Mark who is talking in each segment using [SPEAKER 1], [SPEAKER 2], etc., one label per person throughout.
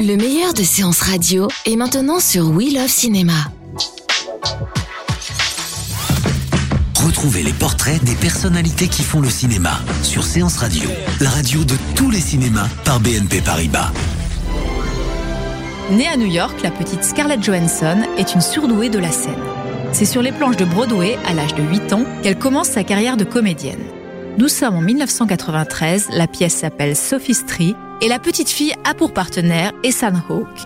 [SPEAKER 1] Le meilleur de séances radio est maintenant sur We Love Cinéma.
[SPEAKER 2] Retrouvez les portraits des personnalités qui font le cinéma sur Séance Radio, la radio de tous les cinémas par BNP Paribas.
[SPEAKER 3] Née à New York, la petite Scarlett Johansson est une surdouée de la scène. C'est sur les planches de Broadway, à l'âge de 8 ans, qu'elle commence sa carrière de comédienne. Nous sommes en 1993, la pièce s'appelle Sophistry et la petite fille a pour partenaire Ethan Hawke.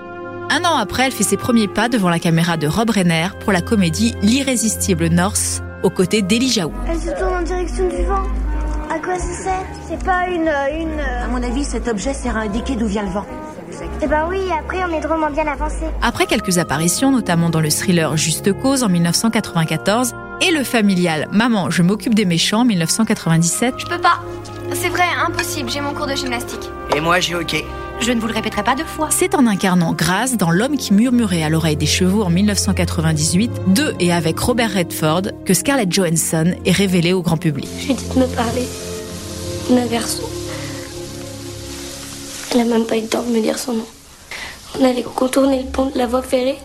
[SPEAKER 3] Un an après, elle fait ses premiers pas devant la caméra de Rob Reiner pour la comédie L'irrésistible Norse aux côtés d'Elijah Wood.
[SPEAKER 4] Elle se tourne en direction du vent. À quoi ça sert C'est pas une. euh, une.
[SPEAKER 5] À mon avis, cet objet sert à indiquer d'où vient le vent.
[SPEAKER 4] Et bah oui, après on est drôlement bien avancé.
[SPEAKER 3] Après quelques apparitions, notamment dans le thriller Juste Cause en 1994 et le familial Maman, je m'occupe des méchants 1997,
[SPEAKER 6] Je peux pas. C'est vrai, impossible, j'ai mon cours de gymnastique.
[SPEAKER 7] Et moi, j'ai OK.
[SPEAKER 6] Je ne vous le répéterai pas deux fois.
[SPEAKER 3] c'est en incarnant Grace dans L'homme qui murmurait à l'oreille des chevaux en 1998, de et avec Robert Redford, que Scarlett Johansson est révélée au grand public.
[SPEAKER 4] Je lui ai dit de me parler d'un garçon. Elle a même pas eu le temps de me dire son nom. On allait contourner le pont de la voie ferrée.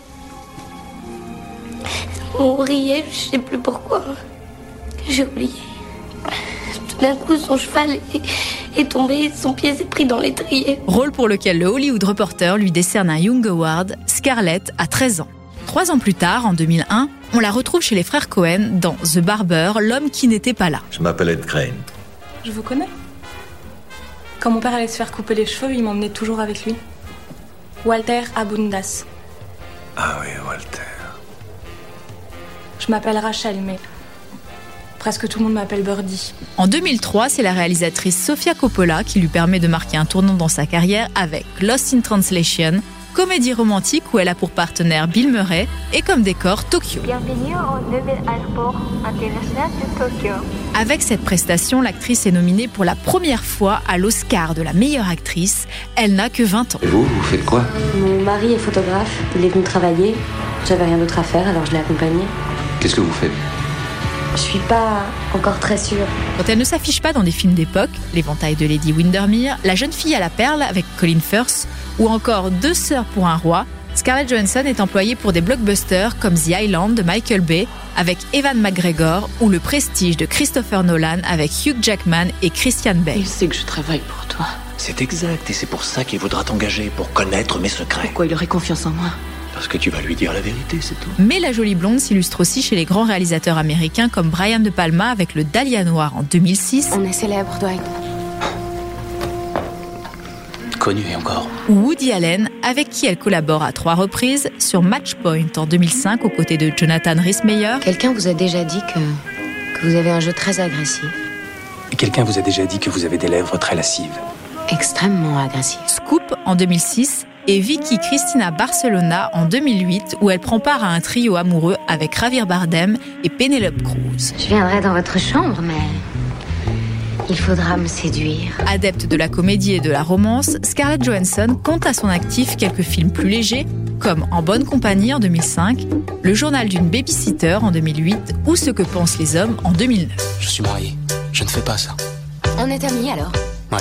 [SPEAKER 4] On riait, je sais plus pourquoi. J'ai oublié. Tout d'un coup, son cheval est, est tombé, son pied s'est pris dans l'étrier.
[SPEAKER 3] Rôle pour lequel le Hollywood Reporter lui décerne un Young Award, Scarlett à 13 ans. Trois ans plus tard, en 2001, on la retrouve chez les frères Cohen dans The Barber, L'homme qui n'était pas là.
[SPEAKER 8] Je m'appelle Ed Crane.
[SPEAKER 9] Je vous connais. Quand mon père allait se faire couper les cheveux, il m'emmenait toujours avec lui. Walter Abundas.
[SPEAKER 8] Ah oui, Walter.
[SPEAKER 9] Je m'appelle Rachel, mais presque tout le monde m'appelle Birdie.
[SPEAKER 3] En 2003, c'est la réalisatrice Sofia Coppola qui lui permet de marquer un tournant dans sa carrière avec Lost in Translation, comédie romantique où elle a pour partenaire Bill Murray et comme décor Tokyo.
[SPEAKER 4] Bienvenue au nouvel aéroport international de Tokyo.
[SPEAKER 3] Avec cette prestation, l'actrice est nominée pour la première fois à l'Oscar de la meilleure actrice. Elle n'a que 20 ans.
[SPEAKER 2] Et vous, vous faites quoi
[SPEAKER 5] Mon mari est photographe, il est venu travailler. J'avais rien d'autre à faire, alors je l'ai accompagné.
[SPEAKER 2] Qu'est-ce que vous faites
[SPEAKER 5] Je suis pas encore très sûre.
[SPEAKER 3] Quand elle ne s'affiche pas dans des films d'époque, L'éventail de Lady Windermere, La jeune fille à la perle avec Colin Firth, ou encore Deux sœurs pour un roi, Scarlett Johansson est employée pour des blockbusters comme The Island de Michael Bay avec Evan McGregor ou Le Prestige de Christopher Nolan avec Hugh Jackman et Christian Bale.
[SPEAKER 5] sait que je travaille pour toi.
[SPEAKER 8] C'est exact, et c'est pour ça qu'il voudra t'engager, pour connaître mes secrets.
[SPEAKER 5] Pourquoi il aurait confiance en moi
[SPEAKER 8] Parce que tu vas lui dire la vérité, c'est tout.
[SPEAKER 3] Mais la jolie blonde s'illustre aussi chez les grands réalisateurs américains comme Brian De Palma avec Le Dahlia Noir en 2006
[SPEAKER 5] est célèbre, Dwayne.
[SPEAKER 8] Connu et encore.
[SPEAKER 3] ou Woody Allen avec qui elle collabore à trois reprises sur Matchpoint en 2005 aux côtés de Jonathan Rhys-Meyer
[SPEAKER 5] Quelqu'un vous a déjà dit que, que vous avez un jeu très agressif,
[SPEAKER 8] Quelqu'un vous a déjà dit que vous avez des lèvres très lascives.
[SPEAKER 5] extrêmement agressif.
[SPEAKER 3] Scoop en 2006 et Vicky Cristina Barcelona en 2008 où elle prend part à un trio amoureux avec Javier Bardem et Penelope Cruz.
[SPEAKER 5] Je viendrai dans votre chambre, mais il faudra me séduire.
[SPEAKER 3] Adepte de la comédie et de la romance, Scarlett Johansson compte à son actif quelques films plus légers comme En bonne compagnie en 2005, Le journal d'une babysitter en 2008 ou Ce que pensent les hommes en 2009.
[SPEAKER 2] Je suis marié. Je ne fais pas ça.
[SPEAKER 5] On est amis alors
[SPEAKER 2] Ouais.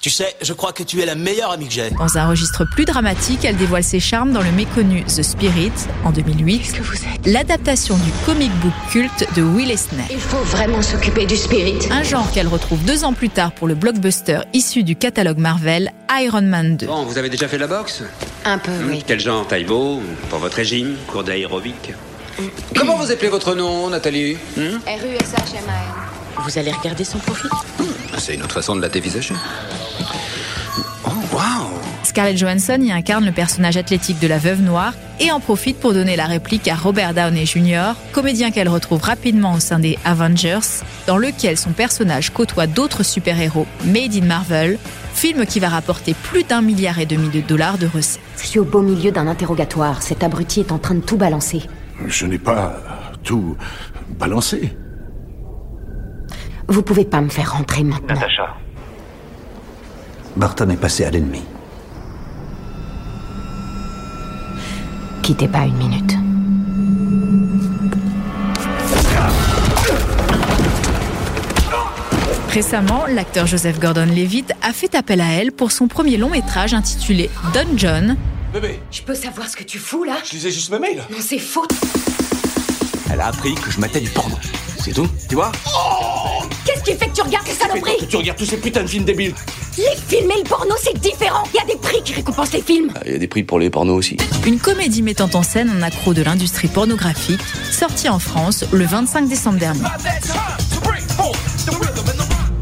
[SPEAKER 7] Tu sais, je crois que tu es la meilleure amie que j'ai.
[SPEAKER 3] Dans un registre plus dramatique, elle dévoile ses charmes dans le méconnu The Spirit en 2008, l'adaptation du comic book culte de Will Eisner.
[SPEAKER 5] Il faut vraiment s'occuper du spirit.
[SPEAKER 3] Un genre qu'elle retrouve deux ans plus tard pour le blockbuster issu du catalogue Marvel, Iron Man 2.
[SPEAKER 2] Bon, vous avez déjà fait de la boxe
[SPEAKER 5] Un peu, oui.
[SPEAKER 2] Quel genre Taïbo Pour votre régime Cours d'aérobic Comment vous appelez votre nom, Nathalie
[SPEAKER 6] R-U-S-H-M-A-N.
[SPEAKER 5] Vous allez regarder son profil
[SPEAKER 2] C'est une autre façon de la dévisager. Oh, waouh
[SPEAKER 3] Scarlett Johansson y incarne le personnage athlétique de la veuve noire et en profite pour donner la réplique à Robert Downey Jr., comédien qu'elle retrouve rapidement au sein des Avengers, dans lequel son personnage côtoie d'autres super-héros made in Marvel, film qui va rapporter plus d'un milliard et demi de dollars de recettes.
[SPEAKER 10] Je suis au beau milieu d'un interrogatoire. Cet abruti est en train de tout balancer.
[SPEAKER 11] Je n'ai pas tout balancé.
[SPEAKER 10] Vous pouvez pas me faire rentrer maintenant.
[SPEAKER 8] Natacha,
[SPEAKER 2] Barton est passé à l'ennemi.
[SPEAKER 10] Quittez pas une minute.
[SPEAKER 3] Récemment, l'acteur Joseph Gordon-Levitt a fait appel à elle pour son premier long métrage intitulé Don John.
[SPEAKER 7] Bébé,
[SPEAKER 10] Je peux savoir ce que tu fous là
[SPEAKER 7] je lisais juste mes mails.
[SPEAKER 10] Non, c'est faux.
[SPEAKER 7] Elle a appris que je matais du porno. C'est tout, tu vois
[SPEAKER 10] Oh! Qu'est-ce qui fait que tu regardes ces
[SPEAKER 7] Que tu regardes tous ces putains de films débiles.
[SPEAKER 10] Les films et le porno, c'est différent. Il y a des prix qui récompensent les films.
[SPEAKER 7] Il y a des prix pour les pornos aussi.
[SPEAKER 3] Une comédie mettant en scène un accro de l'industrie pornographique, sortie en France le 25 décembre dernier.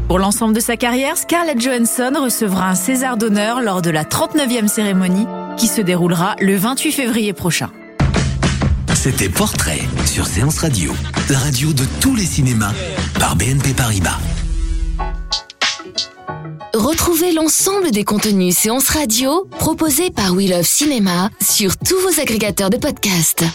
[SPEAKER 3] Pour l'ensemble de sa carrière, Scarlett Johansson recevra un César d'honneur lors de la 39e cérémonie qui se déroulera le 28 février prochain.
[SPEAKER 2] C'était Portrait sur Séance Radio, la radio de tous les cinémas par BNP Paribas.
[SPEAKER 1] Retrouvez l'ensemble des contenus séances radio proposés par We Love Cinéma sur tous vos agrégateurs de podcasts.